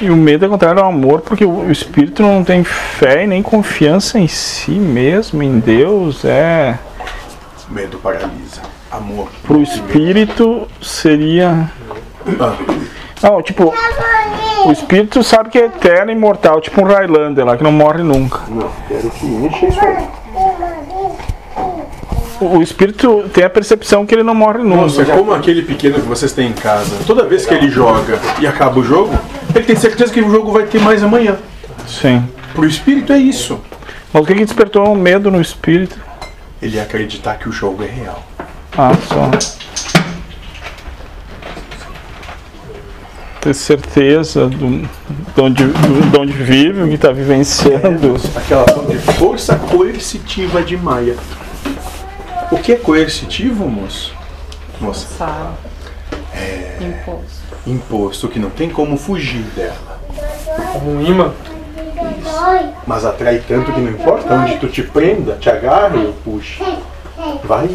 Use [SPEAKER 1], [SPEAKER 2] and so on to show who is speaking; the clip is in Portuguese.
[SPEAKER 1] E o medo é contrário ao amor, porque o espírito não tem fé e nem confiança em si mesmo, em Deus. É.
[SPEAKER 2] Medo paralisa. Amor.
[SPEAKER 1] Pro espírito seria.
[SPEAKER 2] Ah.
[SPEAKER 1] Não, tipo, o espírito sabe que é eterno e imortal, tipo um Highlander lá, que não morre nunca.
[SPEAKER 2] Não, quero que encha isso aí.
[SPEAKER 1] O o espírito tem a percepção que ele não morre nunca.
[SPEAKER 2] Nossa, como aquele pequeno que vocês têm em casa. Toda vez que ele joga e acaba o jogo, ele tem certeza que o jogo vai ter mais amanhã.
[SPEAKER 1] Sim.
[SPEAKER 2] Pro espírito é isso.
[SPEAKER 1] Mas o que, que despertou o medo no espírito?
[SPEAKER 2] Ele acreditar que o jogo é real.
[SPEAKER 1] Ah, só. Ter certeza do, de, onde, do- de onde vive, o que está vivenciando.
[SPEAKER 2] Aquela tal de força coercitiva de Maia. O que é coercitivo, moço? Moça,
[SPEAKER 3] Sabe? Impulso.
[SPEAKER 2] imposto que não tem como fugir dela.
[SPEAKER 4] Um imã.
[SPEAKER 2] Mas atrai tanto que não importa onde tu te prenda, te agarre ou puxe. Vai.